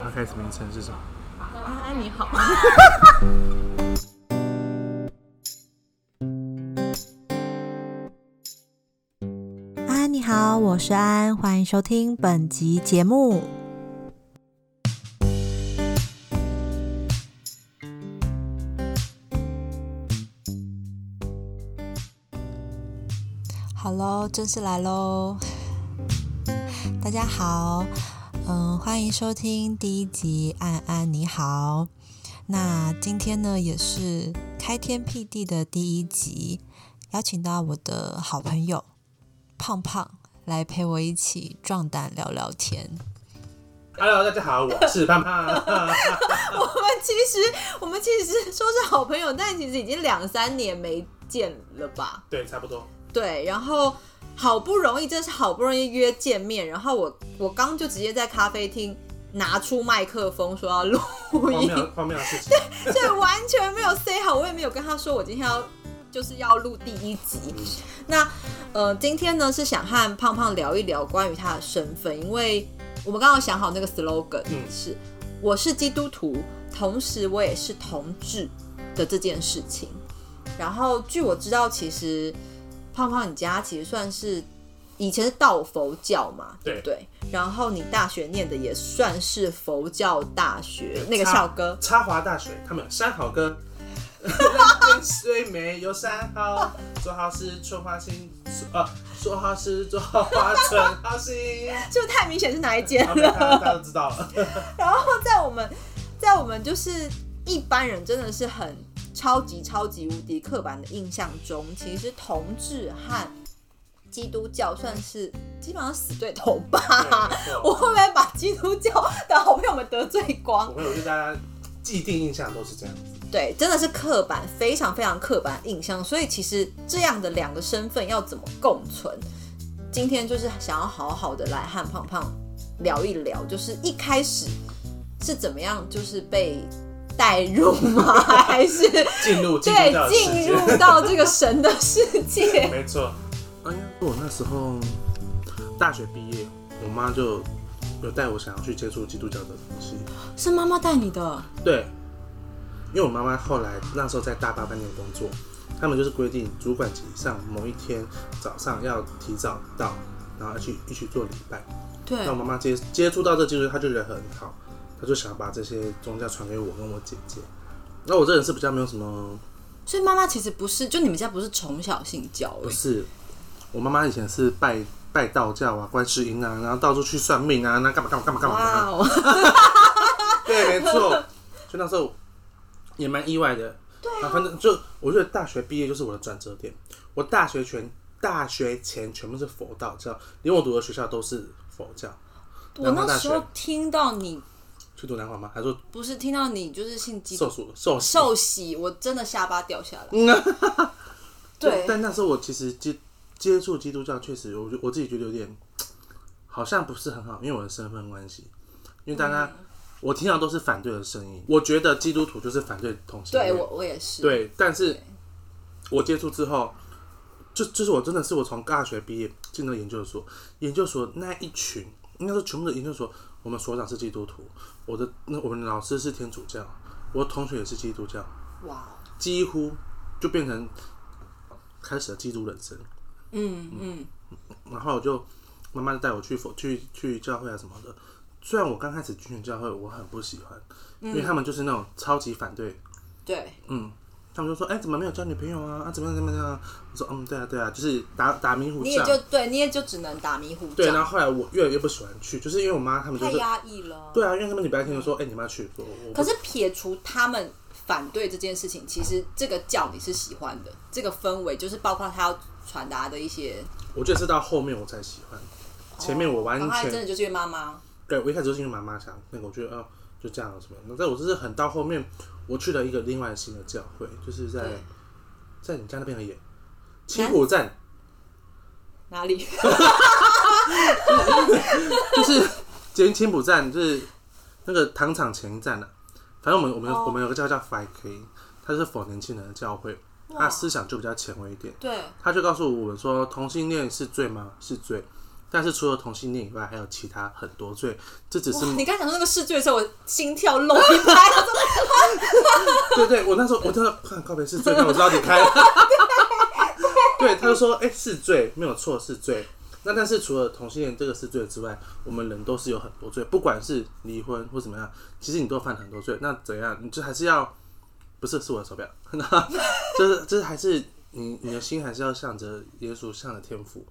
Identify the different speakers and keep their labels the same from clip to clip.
Speaker 1: podcast 名称是什么？
Speaker 2: 安安你好，
Speaker 3: 安安你好，我是安安，欢迎收听本集节目。好喽，正式来喽！ 大家好，嗯，欢迎收听第一集《安安你好》。那今天呢，也是开天辟地的第一集，邀请到我的好朋友胖胖来陪我一起壮胆聊聊天。
Speaker 1: Hello，大家好，我是胖 胖。
Speaker 2: 我们其实我们其实说是好朋友，但其实已经两三年没见了吧？
Speaker 1: 对，差不多。
Speaker 2: 对，然后好不容易，真是好不容易约见面，然后我我刚就直接在咖啡厅拿出麦克风说要录
Speaker 1: 荒
Speaker 2: 音，
Speaker 1: 谬荒谬的事 情。
Speaker 2: 对，完全没有 say 好，我也没有跟他说我今天要就是要录第一集。那呃，今天呢是想和胖胖聊一聊关于他的身份，因为我们刚刚想好那个 slogan，
Speaker 1: 嗯
Speaker 2: 是我是基督徒，同时我也是同志的这件事情。然后据我知道，其实胖胖你家其实算是以前是道佛教嘛，对不对？然后你大学念的也算是佛教大学那个
Speaker 1: 差
Speaker 2: 校歌，
Speaker 1: 插华大学，他们有三好歌。 虽没有三好，说好是春花心，说呃说好是做好花春好心。
Speaker 2: 就太明显是哪一 间
Speaker 1: 好，
Speaker 2: 了。
Speaker 1: 大家都知道 了。
Speaker 2: 然后在我们，在我们就是一般人真的是很超级超级无敌刻板的印象中，其实同志和基督教算是基本上死对头吧。
Speaker 1: 对没错
Speaker 2: 我会不会把基督教的好朋友们得罪光
Speaker 1: 我？会有对大家既定印象都是这样。
Speaker 2: 对，真的是刻板，非常非常刻板印象。所以其实这样的两个身份要怎么共存？今天就是想要好好的来和胖胖聊一聊，就是一开始是怎么样，就是被带入 吗？还是
Speaker 1: 进入进入到
Speaker 2: 对
Speaker 1: 的世
Speaker 2: 进
Speaker 1: 界，
Speaker 2: 入到这个神的世 界？
Speaker 1: 没错。哎呀，我那时候大学毕业，我妈就有带我想要去接触基督教的东西。
Speaker 2: 是妈妈带你的，
Speaker 1: 对，因为我妈妈后来那时候在大八半年工作，他们就是规定主管级以上某一天早上要提早到，然后要去一起做礼拜。
Speaker 2: 对
Speaker 1: 那我妈妈接接触到这技术，她就觉得很好，她就想把这些宗教传给我跟我姐姐。那我这人是比较没有什么，
Speaker 2: 所以妈妈其实不是，就你们家不是从小信教
Speaker 1: 不是我妈妈以前是拜拜道教啊、观世音啊，然后到处去算命啊，那干嘛干嘛干嘛干嘛的啊、
Speaker 2: 哇哦，
Speaker 1: 对，没错。所以那时候也蛮意外的。对啊，反正就我觉得大学毕业就是我的转折点。我大学全大学前全部是佛道教，连我读的学校都是佛教。
Speaker 2: 我那
Speaker 1: 南华
Speaker 2: 时候
Speaker 1: 大学
Speaker 2: 听到你
Speaker 1: 去读南华吗？还说
Speaker 2: 不是听到你就是信基督
Speaker 1: 受暑受洗
Speaker 2: 受洗，我真的下巴掉下来。 对
Speaker 1: 对，嗯但那时候我其实接接触基督教，确实我觉我自己觉得有点好像不是很好，因为我的身份关系，因为大家、
Speaker 2: 嗯
Speaker 1: 我听到都是反对的声音。我觉得基督徒就是反对同性
Speaker 2: 对
Speaker 1: 恋。
Speaker 2: 我我也是。，
Speaker 1: 对，但是我接触之后，就就是我真的是我从大学毕业进到研究所，研究所那一群，应该说全部的研究所，我们所长是基督徒，我的那我们老师是天主教，我的同学也是基督教，
Speaker 2: 哇，哦
Speaker 1: 几乎就变成开始了基督人生。
Speaker 2: 嗯嗯，
Speaker 1: 然后我就妈妈就带我去佛去去教会啊什么的。虽然我刚开始军训教会我很不喜欢，
Speaker 2: 嗯
Speaker 1: 因为他们就是那种超级反对
Speaker 2: 对，
Speaker 1: 嗯，他们就说，哎、怎么没有交女朋友啊？啊，怎么样怎么样怎么样？我说，嗯，对啊对啊，就是打打迷糊
Speaker 2: 你也
Speaker 1: 仗。
Speaker 2: 就对，你也就只能打迷糊
Speaker 1: 对，
Speaker 2: 仗，
Speaker 1: 然后后来我越来越不喜欢去，就是因为我妈他们就
Speaker 2: 太
Speaker 1: 是，
Speaker 2: 压抑了。
Speaker 1: 对啊，因为他们礼拜天就说，哎、你们要去，我我
Speaker 2: 可
Speaker 1: 不
Speaker 2: 是撇除他们反对这件事情，其实这个教你是喜欢的，这个氛围就是包括他要传达的一些。
Speaker 1: 我觉得是到后面我才喜欢，前面我完
Speaker 2: 刚开始哦真
Speaker 1: 全，
Speaker 2: 的就是因为妈妈，
Speaker 1: 对我一开始就是因为妈妈想那个，我觉得哦、就这样什么，那但我就是很到后面，我去了一个另外新的教会，就是在
Speaker 2: 对
Speaker 1: 在你家那边而已，七浦站，
Speaker 2: 哪 里？
Speaker 1: 就是捷运青浦站，就是那个糖厂前一站了、啊反正我们我们、
Speaker 2: 哦
Speaker 1: 我们有个教会叫 Five K，它是否年轻人的教会，
Speaker 2: 哇
Speaker 1: 它思想就比较前卫一点。
Speaker 2: 对，
Speaker 1: 他就告诉我们说，同性恋是罪吗？是罪。但是除了同性恋以外，还有其他很多，所以这只是
Speaker 2: 你刚讲到那个视觉的时候，我心跳漏一拍，我说
Speaker 1: 对对，我那时候我真的看告别是罪，但我知道你开了。 对，他就说，哎、是罪，没有错，是罪。那但是除了同性恋这个是罪之外，我们人都是有很多罪，不管是离婚或怎么样，其实你都犯很多罪。那怎样，你就还是要，不是是我的手表， 那就是就是还是你你的心还是要向着耶稣，向着天父，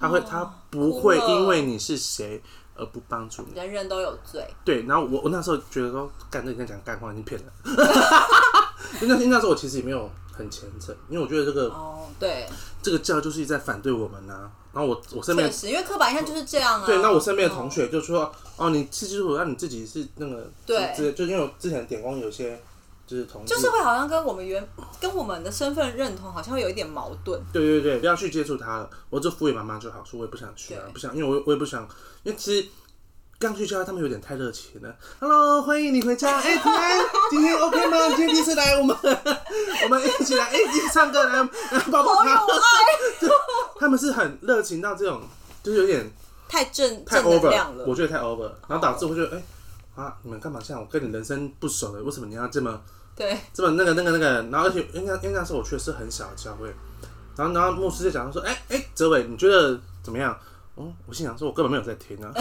Speaker 1: 他会他不会
Speaker 2: 哭了
Speaker 1: 因为你是谁而不帮助你。
Speaker 2: 人人都有罪，
Speaker 1: 对，然后我我那时候觉得说，干这你在讲干话，你骗人。 因为那那时候我其实也没有很虔诚，因为我觉得这个
Speaker 2: 哦，对，
Speaker 1: 这个教就是在反对我们呐、啊然后我我身边
Speaker 2: 确实，因为刻板印象就是这样啊。
Speaker 1: 对，那我身边的同学就说，哦，你是基督徒，那你自己是那个
Speaker 2: 对
Speaker 1: 之类就因为我之前点光有些就是同志，
Speaker 2: 就是会好像跟我们原跟我们的身份认同好像会有一点矛盾，
Speaker 1: 对对对，不要去接触他了，我就敷衍妈妈就好，说我也不想去啊，
Speaker 2: 对
Speaker 1: 不想，因为我我也不想，因为其实。刚去教会他们有点太热情了。Hello，欢迎你回 家。哎、平安，今天 OK 吗？今天第一次来，我们 我们一起来，哎、一起唱歌来， 来抱抱他。
Speaker 2: 哦
Speaker 1: 对 他们是很热情到这种，就是有点
Speaker 2: 太正
Speaker 1: 太
Speaker 2: 正能
Speaker 1: over，
Speaker 2: 量了。
Speaker 1: 我觉得太 over，然后导致我觉得，哎、啊，你们干嘛这样？我跟你人生不熟的，为什么你要这么
Speaker 2: 对，
Speaker 1: 这么那个那个那个，然后而且因为那因为那时候我去的是很小的教会，然后然后牧师就讲他说，哎、哎、哲伟，你觉得怎么样？哦，我心想说，我根本没有在听啊，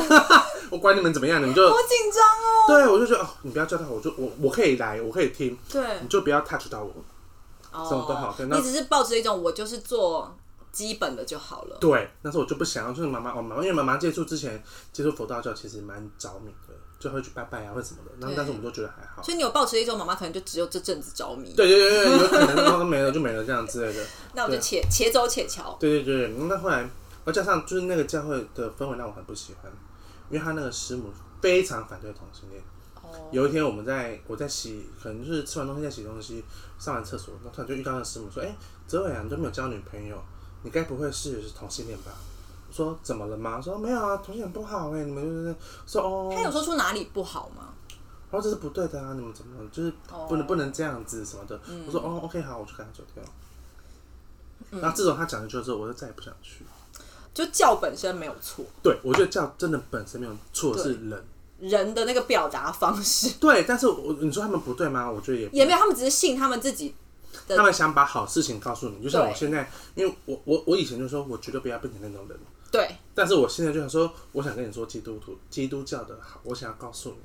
Speaker 1: 我管你们怎么样，你们就
Speaker 2: 好紧张哦。
Speaker 1: 对我就觉得哦，你不要叫他，我就我我可以来，我可以听，
Speaker 2: 对
Speaker 1: 你，就不要 touch 到我。
Speaker 2: 哦，
Speaker 1: 嗯种都好对那
Speaker 2: 你只是抱着一种我就是做基本的就好了。
Speaker 1: 对，那时候我就不想要，就是妈妈，我妈妈因为妈妈接触之前接触佛道教其实蛮着迷的，就会去拜拜啊或什么的，然后但是我们都觉得还好。
Speaker 2: 所以你有抱持一种妈妈可能就只有这阵子着迷，
Speaker 1: 对对对对，有可能然后没了就没了这样之类的。
Speaker 2: 那我就且且走且瞧。
Speaker 1: 对对对，那后来，而加上就是那个教会的氛围让我很不喜欢，因为他那个师母非常反对同性恋。
Speaker 2: 哦，
Speaker 1: 有一天我们在我在洗，可能就是吃完东西在洗东西，上完厕所，那突然就遇到那个师母说：“哎、哲伟啊，你都没有交女朋友，你该不会是同性恋吧？”我说：“怎么了吗？”说：“没有啊，同性恋不好哎、你们就是说哦。”
Speaker 2: 他有说出哪里不好吗？
Speaker 1: 然后这是不对的啊，你们怎么就是
Speaker 2: 哦
Speaker 1: 不能、不能这样子什么的？我说哦，OK，好，我就跟他走掉。
Speaker 2: 嗯
Speaker 1: 然后自从他讲了之后，我就再也不想去。
Speaker 2: 就教本身没有错，
Speaker 1: 对，我觉得教真的本身没有错，
Speaker 2: 对
Speaker 1: 是人
Speaker 2: 人的那个表达方式
Speaker 1: 对。但是我你说他们不对吗？我觉得也不
Speaker 2: 也没有，他们只是信他们自己
Speaker 1: 他们想把好事情告诉你，就像
Speaker 2: 对
Speaker 1: 我现在，因为我我我以前就说我绝对不要变成那种人，
Speaker 2: 对
Speaker 1: 但是我现在就想说，我想跟你说基督徒基督教的好，我想要告诉你，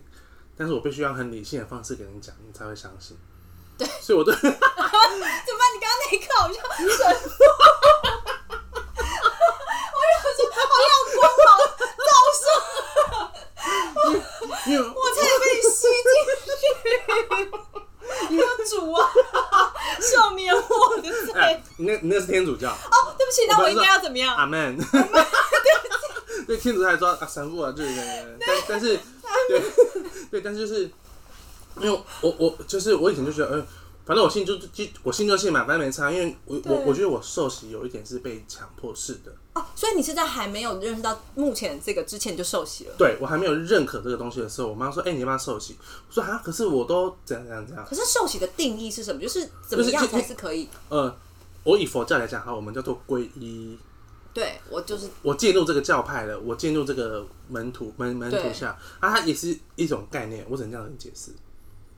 Speaker 1: 但是我必须要很理性的方式给你讲，你才会相信。对，所以我对。
Speaker 2: 怎么办？你刚刚那一刻好像神父，我想说好像光芒照射，
Speaker 1: 因为
Speaker 2: 我差点被你吸进去。我的主啊， 赦免我的罪！
Speaker 1: 哎，你那你那是天主教，
Speaker 2: 哦，对不起，那我应该要怎么样？
Speaker 1: 阿 门。对，天主教还说啊，神父啊，就是但但是对对，但是就是因为我我就是我以前就觉得，呃，反正我信就就我信就信嘛，反正没差。因为我我
Speaker 2: 对
Speaker 1: 我觉得我受洗有一点是被强迫式的，
Speaker 2: 哦，所以你是在还没有认识到目前这个之前就受洗了。
Speaker 1: 对我还没有认可这个东西的时候，我妈说，哎、你要不要受洗？我说啊，可是我都怎样怎样怎样。
Speaker 2: 可是受洗的定义是什么？就是怎么样才是可以？
Speaker 1: 呃，我以佛教来讲哈，我们叫做皈依。
Speaker 2: 对我就是
Speaker 1: 我进入这个教派了，我进入这个门徒门门徒下啊，它也是一种概念，我只能这样子解释。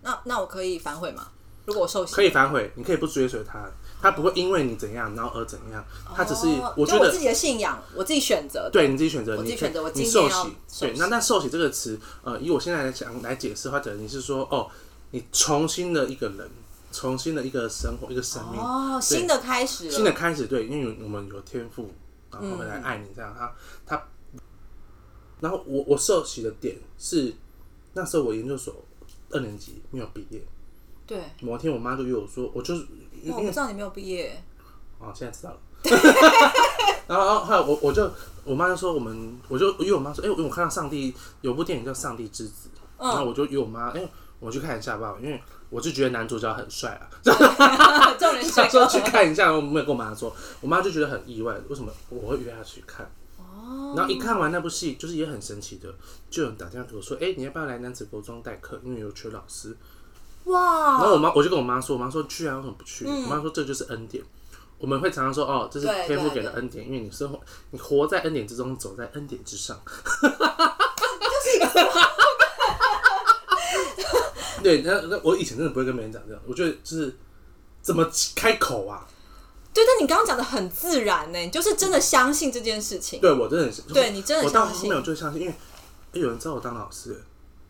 Speaker 2: 那那我可以反悔吗？如果我受洗，
Speaker 1: 可以反悔，你可以不追随他，他不会因为你怎样然后而怎样，他只是、
Speaker 2: 哦
Speaker 1: 我
Speaker 2: 就
Speaker 1: 觉
Speaker 2: 我
Speaker 1: 得
Speaker 2: 自己的信仰，我自己选择的。
Speaker 1: 对你自己选择，
Speaker 2: 我自己
Speaker 1: 你可以
Speaker 2: 选择我今
Speaker 1: 你
Speaker 2: 天
Speaker 1: 受
Speaker 2: 要
Speaker 1: 洗。对
Speaker 2: 受，洗
Speaker 1: 那那受洗这个词，呃，以我现在来讲来解释的话，等于是说哦，你重新的一个人，重新的一个生活，一个生命，
Speaker 2: 哦，
Speaker 1: 对
Speaker 2: 新的开始了，
Speaker 1: 新的开始，对，因为我们有天赋，然后会来
Speaker 2: 嗯
Speaker 1: 爱你这样。他他，然后我我受洗的点是那时候我研究所二年级没有毕业，
Speaker 2: 对。
Speaker 1: 某一天我妈就约我说，我就是因
Speaker 2: 哇我不
Speaker 1: 为
Speaker 2: 知道你没有毕业，
Speaker 1: 哦，现在知道了。 然后然后后来我我就我妈就说我们，我就因为我妈说，哎、因为我看到上帝有部电影叫《上帝之子》，
Speaker 2: 嗯
Speaker 1: 然后我就约我妈，哎、我去看一下吧，因为我就觉得男主角很帅啊，
Speaker 2: 众人
Speaker 1: 想
Speaker 2: 帅
Speaker 1: 说
Speaker 2: 哥
Speaker 1: 去看一下，我没有跟我妈说，我妈就觉得很意外，为什么我会约她去看？
Speaker 2: 哦，
Speaker 1: 然后一看完那部戏，就是也很神奇的，就有人打电话给我说：“哎、你要不要来男子国中代课？因为有缺老师。”然后
Speaker 2: 哇，哦
Speaker 1: 我妈，我就跟我妈说，我妈说去啊，为什么不去？我妈说这就是恩典。我们会常常说哦，这是
Speaker 2: 嗯对
Speaker 1: 天父
Speaker 2: 对
Speaker 1: 给的
Speaker 2: 对
Speaker 1: 恩典，因为你生活，你活在恩典之中，走在恩典之上。对，那那我以前真的不会跟别人讲这样，我觉得就是怎么开口啊？
Speaker 2: 对，但你刚刚讲的很自然呢、你就是真的相信这件事情。
Speaker 1: 对我真的是，
Speaker 2: 对你真的
Speaker 1: 我到
Speaker 2: 相
Speaker 1: 后
Speaker 2: 信
Speaker 1: 面我就相信，因为因为有人知道我当老师，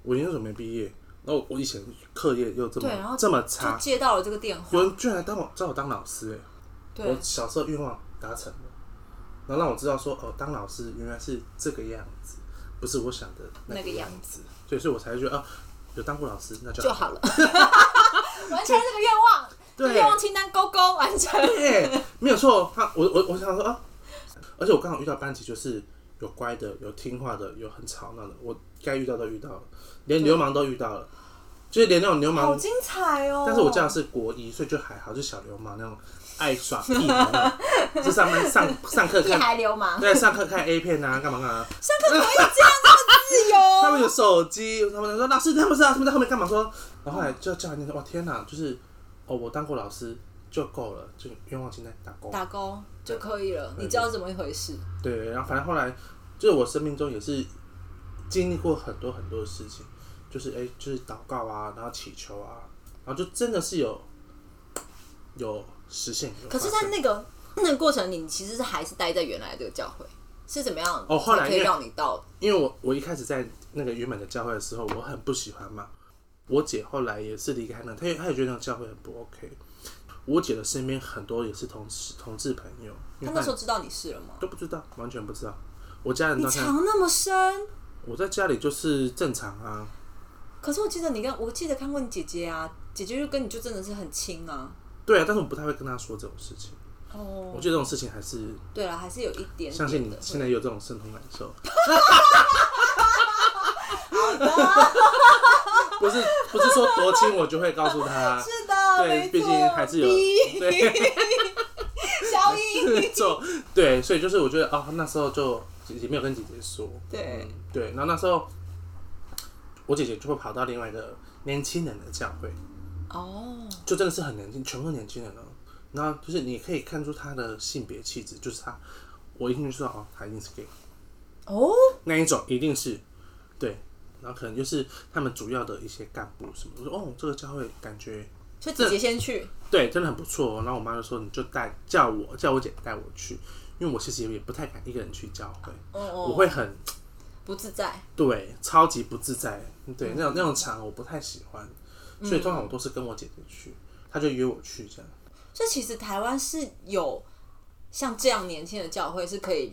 Speaker 1: 我研究所没毕业，然后我以前课业又这
Speaker 2: 对然后
Speaker 1: 么这么
Speaker 2: 就
Speaker 1: 差，
Speaker 2: 接到了这个电话
Speaker 1: 有，人居然当我知道我当老师，哎，
Speaker 2: 对
Speaker 1: 我，
Speaker 2: 啊
Speaker 1: 小时候愿望达成了，然后让我知道说，哦，当老师原来是这个样子，不是我想的
Speaker 2: 那
Speaker 1: 个
Speaker 2: 个样
Speaker 1: 子，所以所以我才觉得啊，有当过老师那就
Speaker 2: 就
Speaker 1: 好
Speaker 2: 好 了，完成了这个愿望，这
Speaker 1: 对嗯
Speaker 2: 愿望清单勾勾完成。
Speaker 1: 对，没有错。他我我我想说啊，而且我刚好遇到班级就是有乖的，有听话的，有很吵闹的，我该遇到都遇到了，连流氓都遇到了，就是连那种流氓，
Speaker 2: 精彩哦
Speaker 1: 但是我这样是国一，所以就还好，就小流氓那种爱耍屁的那种，就上班上上课
Speaker 2: 屁
Speaker 1: 看。
Speaker 2: 孩 流氓，
Speaker 1: 对，上课看 A 片啊，干嘛干嘛？
Speaker 2: 上课可以这样这么
Speaker 1: 他
Speaker 2: 自由？
Speaker 1: 们有手机，他们说老师，他们知道他们在后面干嘛说，然后后来就叫人家说，哇天哪，就是哦，我当过老师就够了，就愿望清单打勾。
Speaker 2: 打工就可以了，你知道怎么一回事？
Speaker 1: 对，然后反正后来就是我生命中也是经历过很多很多的事情，就是哎、就是祷告啊，然后祈求啊，然后就真的是有有实现。有
Speaker 2: 可是，
Speaker 1: 发
Speaker 2: 在
Speaker 1: 生
Speaker 2: 那个那个过程里，你其实是还是待在原来这个教会，是怎么样？
Speaker 1: 哦后来
Speaker 2: 可
Speaker 1: 因
Speaker 2: 以
Speaker 1: 为
Speaker 2: 让你到
Speaker 1: 因为我我一开始在那个原本的教会的时候，我很不喜欢嘛。我姐后来也是离开那，她也她也觉得那个教会很不 OK。我姐的身边很多也是同事同志朋友，因
Speaker 2: 他
Speaker 1: 为
Speaker 2: 那
Speaker 1: 她
Speaker 2: 时候知道你是了吗？
Speaker 1: 都不知道，完全不知道。我家人
Speaker 2: 你
Speaker 1: 到现在，
Speaker 2: 藏那么深，
Speaker 1: 我在家里就是正常啊，
Speaker 2: 可是我记得你跟我记得看过你姐姐啊，姐姐就跟你就真的是很亲啊。
Speaker 1: 对啊，但是我不太会跟她说这种事情。
Speaker 2: 哦
Speaker 1: 我，觉得这种事情还是
Speaker 2: 对了，还是有一点点的。
Speaker 1: 相信你现在有这种深同感受， 不是不是说多亲我就会告诉 他，
Speaker 2: 是的，
Speaker 1: 对
Speaker 2: 啊没错
Speaker 1: 毕竟还是有
Speaker 2: 逼
Speaker 1: 对
Speaker 2: 小 英，
Speaker 1: 就对，所以就是我觉得啊、那时候就也没有跟姐姐说，
Speaker 2: 对
Speaker 1: 嗯，对，然后那时候我姐姐就会跑到另外一个年轻人的教会，
Speaker 2: 哦，
Speaker 1: 就真的是很年轻，全部都年轻人哦。然后就是你可以看出他的性别气质，就是他，我一听就知道哦，他一定是 gay。
Speaker 2: 哦，
Speaker 1: 那一种一定是对，然后可能就是他们主要的一些干部什么。我说哦，这个教会感觉
Speaker 2: 所以姐姐先去，
Speaker 1: 对，真的很不错、哦。然后我妈就说你就带叫我叫我姐带我去，因为我其实也不太敢一个人去教会，
Speaker 2: 哦
Speaker 1: 我
Speaker 2: 哦，
Speaker 1: 会很
Speaker 2: 不自在，
Speaker 1: 对超级不自在，
Speaker 2: 嗯
Speaker 1: 对那种那种场合我不太喜欢，所以通常我都是跟我姐姐去，她就约我去这样。
Speaker 2: 所以其实台湾是有像这样年轻的教会是可以，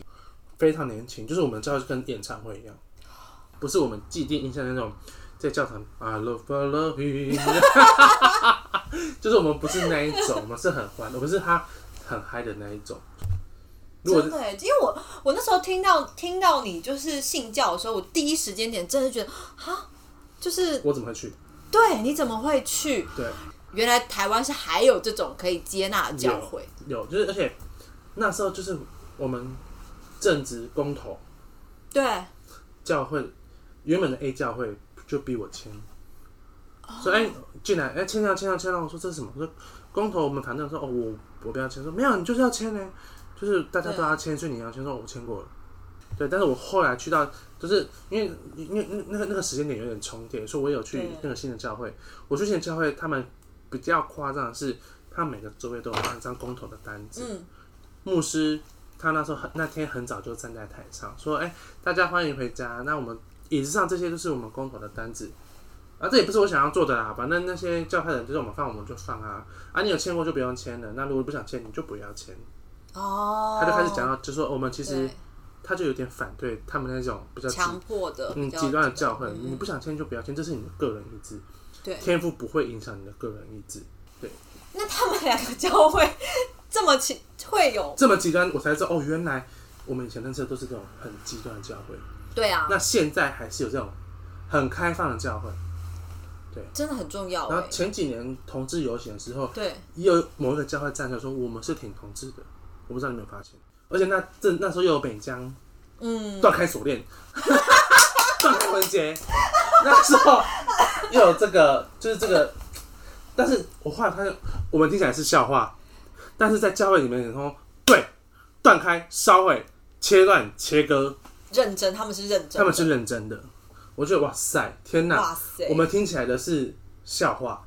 Speaker 1: 非常年轻，就是我们教会跟演唱会一样，不是我们既定印象的那种在教堂啊 love for love you，就是我们不是那一种，我们是很欢，我们是他很嗨的那一种。如果
Speaker 2: 真的耶，因为我我那时候听到听到你就是信教的时候，我第一时间点真的觉得啊，就是
Speaker 1: 我怎么会去？
Speaker 2: 对，你怎么会去？
Speaker 1: 对，
Speaker 2: 原来台湾是还有这种可以接纳的教会，
Speaker 1: 有就是，而且那时候就是我们正值公投，
Speaker 2: 对，
Speaker 1: 教会原本的 A 教会就逼我签，
Speaker 2: 哦
Speaker 1: 说哎进来哎签上签上签上，我说这是什么？我说公投我们反正说哦我我不要签，说没有你就是要签呢，就是大家都要签，所以你要签，说我签过了。对，但是我后来去到，就是因为因为因为那个那个时间点有点重叠，所以我有去
Speaker 2: 对
Speaker 1: 那个新的教会。我去新的教会，他们比较夸张的是，他每个座位都有按张公投的单子，
Speaker 2: 嗯，
Speaker 1: 牧师他那时候很那天很早就站在台上说：“哎、大家欢迎回家。那我们椅子上这些就是我们公投的单子，啊，这也不是我想要做的啦。反正那些教派的人就是我们放我们就放啊，啊，你有签过就不用签了。那如果不想签，你就不要签。”
Speaker 2: 哦，
Speaker 1: 他就开始讲到，就说我们其实
Speaker 2: 对
Speaker 1: 他就有点反对他们那种比较极
Speaker 2: 强迫的，
Speaker 1: 嗯
Speaker 2: 比较
Speaker 1: 极端的教会，
Speaker 2: 嗯
Speaker 1: 你不想签就不要签，这是你的个人意志，
Speaker 2: 对，
Speaker 1: 天赋不会影响你的个人意志。
Speaker 2: 那他们两个教会这么奇会有
Speaker 1: 这么极端，我才知道哦，原来我们以前认识的都是这种很极端的教会。
Speaker 2: 对啊，
Speaker 1: 那现在还是有这种很开放的教会。
Speaker 2: 真的很重要
Speaker 1: 然
Speaker 2: 哎、
Speaker 1: 后前几年同志游行的时候，
Speaker 2: 对，
Speaker 1: 也有某一个教会站出来说我们是挺同志的，我不知道你有没有发现。而且那这那时候又有北疆
Speaker 2: 嗯，
Speaker 1: 断开锁链， 断开婚结，那时候又有这个就是这个，但是我后来发现我们听起来是笑话，但是在教会里面，然后对断开、烧毁、切断、切割，
Speaker 2: 认真，他们是认真的，
Speaker 1: 他们是认真的。我觉得哇塞，天哪！
Speaker 2: 哇塞，
Speaker 1: 我们听起来的是笑话，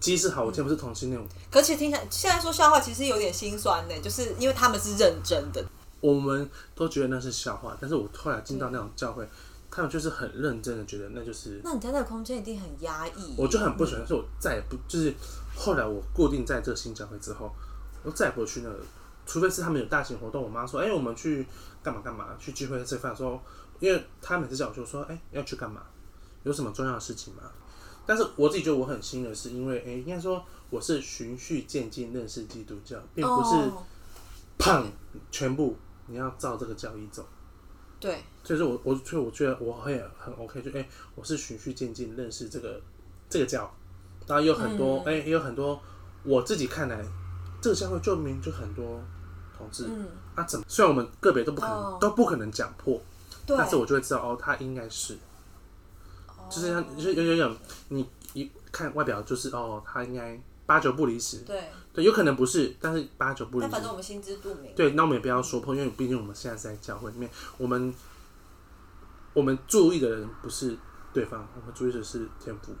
Speaker 1: 鸡是好，我见不是同性恋。
Speaker 2: 可其实听起来，现在说笑话其实有点心酸呢，就是因为他们是认真的，
Speaker 1: 我们都觉得那是笑话，但是我后来进到那种教会，他们就是很认真的觉得那就是，
Speaker 2: 那你在那个空间一定很压抑。
Speaker 1: 我就很不喜欢，所以我再也不就是后来我固定在这个新教会之后，我再也不会去那个，除非是他们有大型活动，我妈说，哎、我们去干嘛干嘛，去聚会吃饭，说，因为她每次叫我就说，哎、要去干嘛，有什么重要的事情吗？但是我自己觉得我很幸运的是，因为哎、应该说我是循序渐进认识基督教，并不是
Speaker 2: 哦、
Speaker 1: 砰、全部你要照这个教义走。
Speaker 2: 对，
Speaker 1: 所以说我我所以我觉得我会很 OK，就哎、我是循序渐进认识这个这个教，然后也有很多
Speaker 2: 嗯
Speaker 1: 哎、也有很多我自己看来，这个教会就明明就很多同志、
Speaker 2: 嗯，
Speaker 1: 啊，怎么虽然我们个别都不可能、
Speaker 2: 哦
Speaker 1: 都不可能讲破，
Speaker 2: 对，哦
Speaker 1: 但是我就会知道哦，他应该是就是像就是有有有你一看外表就是哦，他应该八九不离十，
Speaker 2: 对，
Speaker 1: 对，有可能不是，但是八九不离
Speaker 2: 但
Speaker 1: 十
Speaker 2: 反。正我们心知肚明。
Speaker 1: 对，那我们也不要说破，因为毕竟我们现在是在教会里面，我们我们注意的人不是对方，我们注意的是天赋。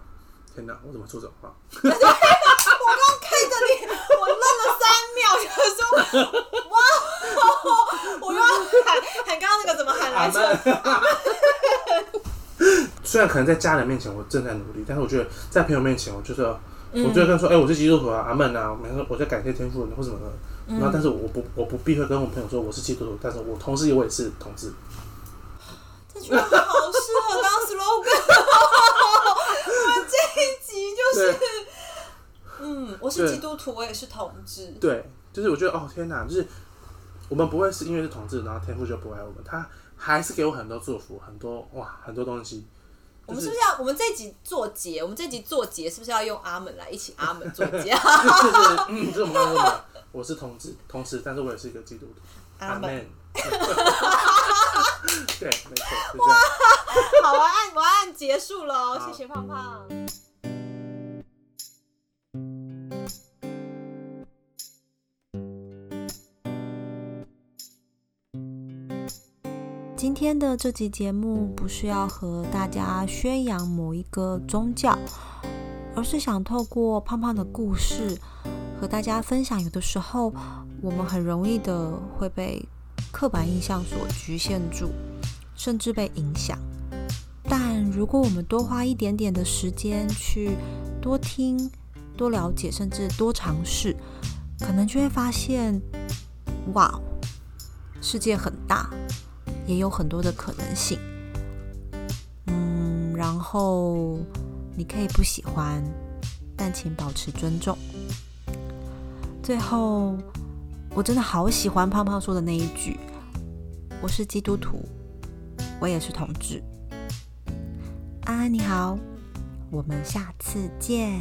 Speaker 1: 天哪，我怎么说这种话？
Speaker 2: 啊看着你， 我愣了三秒，就是说，哇，我又要喊喊刚刚那个怎么喊来着？
Speaker 1: 虽然可能在家人面前我正在努力，但是我觉得在朋友面前，我就是要，我就会跟他说，哎、我是基督徒啊，阿门啊，我们我在感谢天赋或什么的。然后，但是我不我不避讳跟我朋友说我是基督徒，但是我同时我也是同志。
Speaker 2: 这句话好哦适合当 slogan 哦。我们这一集就是，
Speaker 1: 对
Speaker 2: 嗯，我是基督徒，我也是同志。
Speaker 1: 对，就是我觉得哦天哪，就是我们不会是因为是同志，然后天赋就不爱我们，他还是给我很多祝福，很多哇很多东西。
Speaker 2: 我
Speaker 1: 就是
Speaker 2: 们 是不是要？我们这一集做结，我们这一集做结是不是要用阿门来一起阿门做结？
Speaker 1: 就是就是嗯，就是我们刚刚说的，我是同志，同时，但是我也是一个基督徒。
Speaker 2: 阿门
Speaker 1: Amen 对，没错，就这样。
Speaker 2: 好，
Speaker 3: 啊
Speaker 2: 我要按我要按结束
Speaker 3: 哦
Speaker 2: 喽，
Speaker 1: 好
Speaker 2: 谢谢胖胖。
Speaker 3: 今天的这集节目不是要和大家宣扬某一个宗教，而是想透过胖胖的故事和大家分享，有的时候我们很容易的会被刻板印象所局限住，甚至被影响。但如果我们多花一点点的时间去多听、多了解，甚至多尝试，可能就会发现，哇，哦世界很大，也有很多的可能性。嗯，然后你可以不喜欢，但请保持尊重。最后，我真的好喜欢胖胖说的那一句：“我是基督徒，我也是同啊志。”安安你好，我们下次见。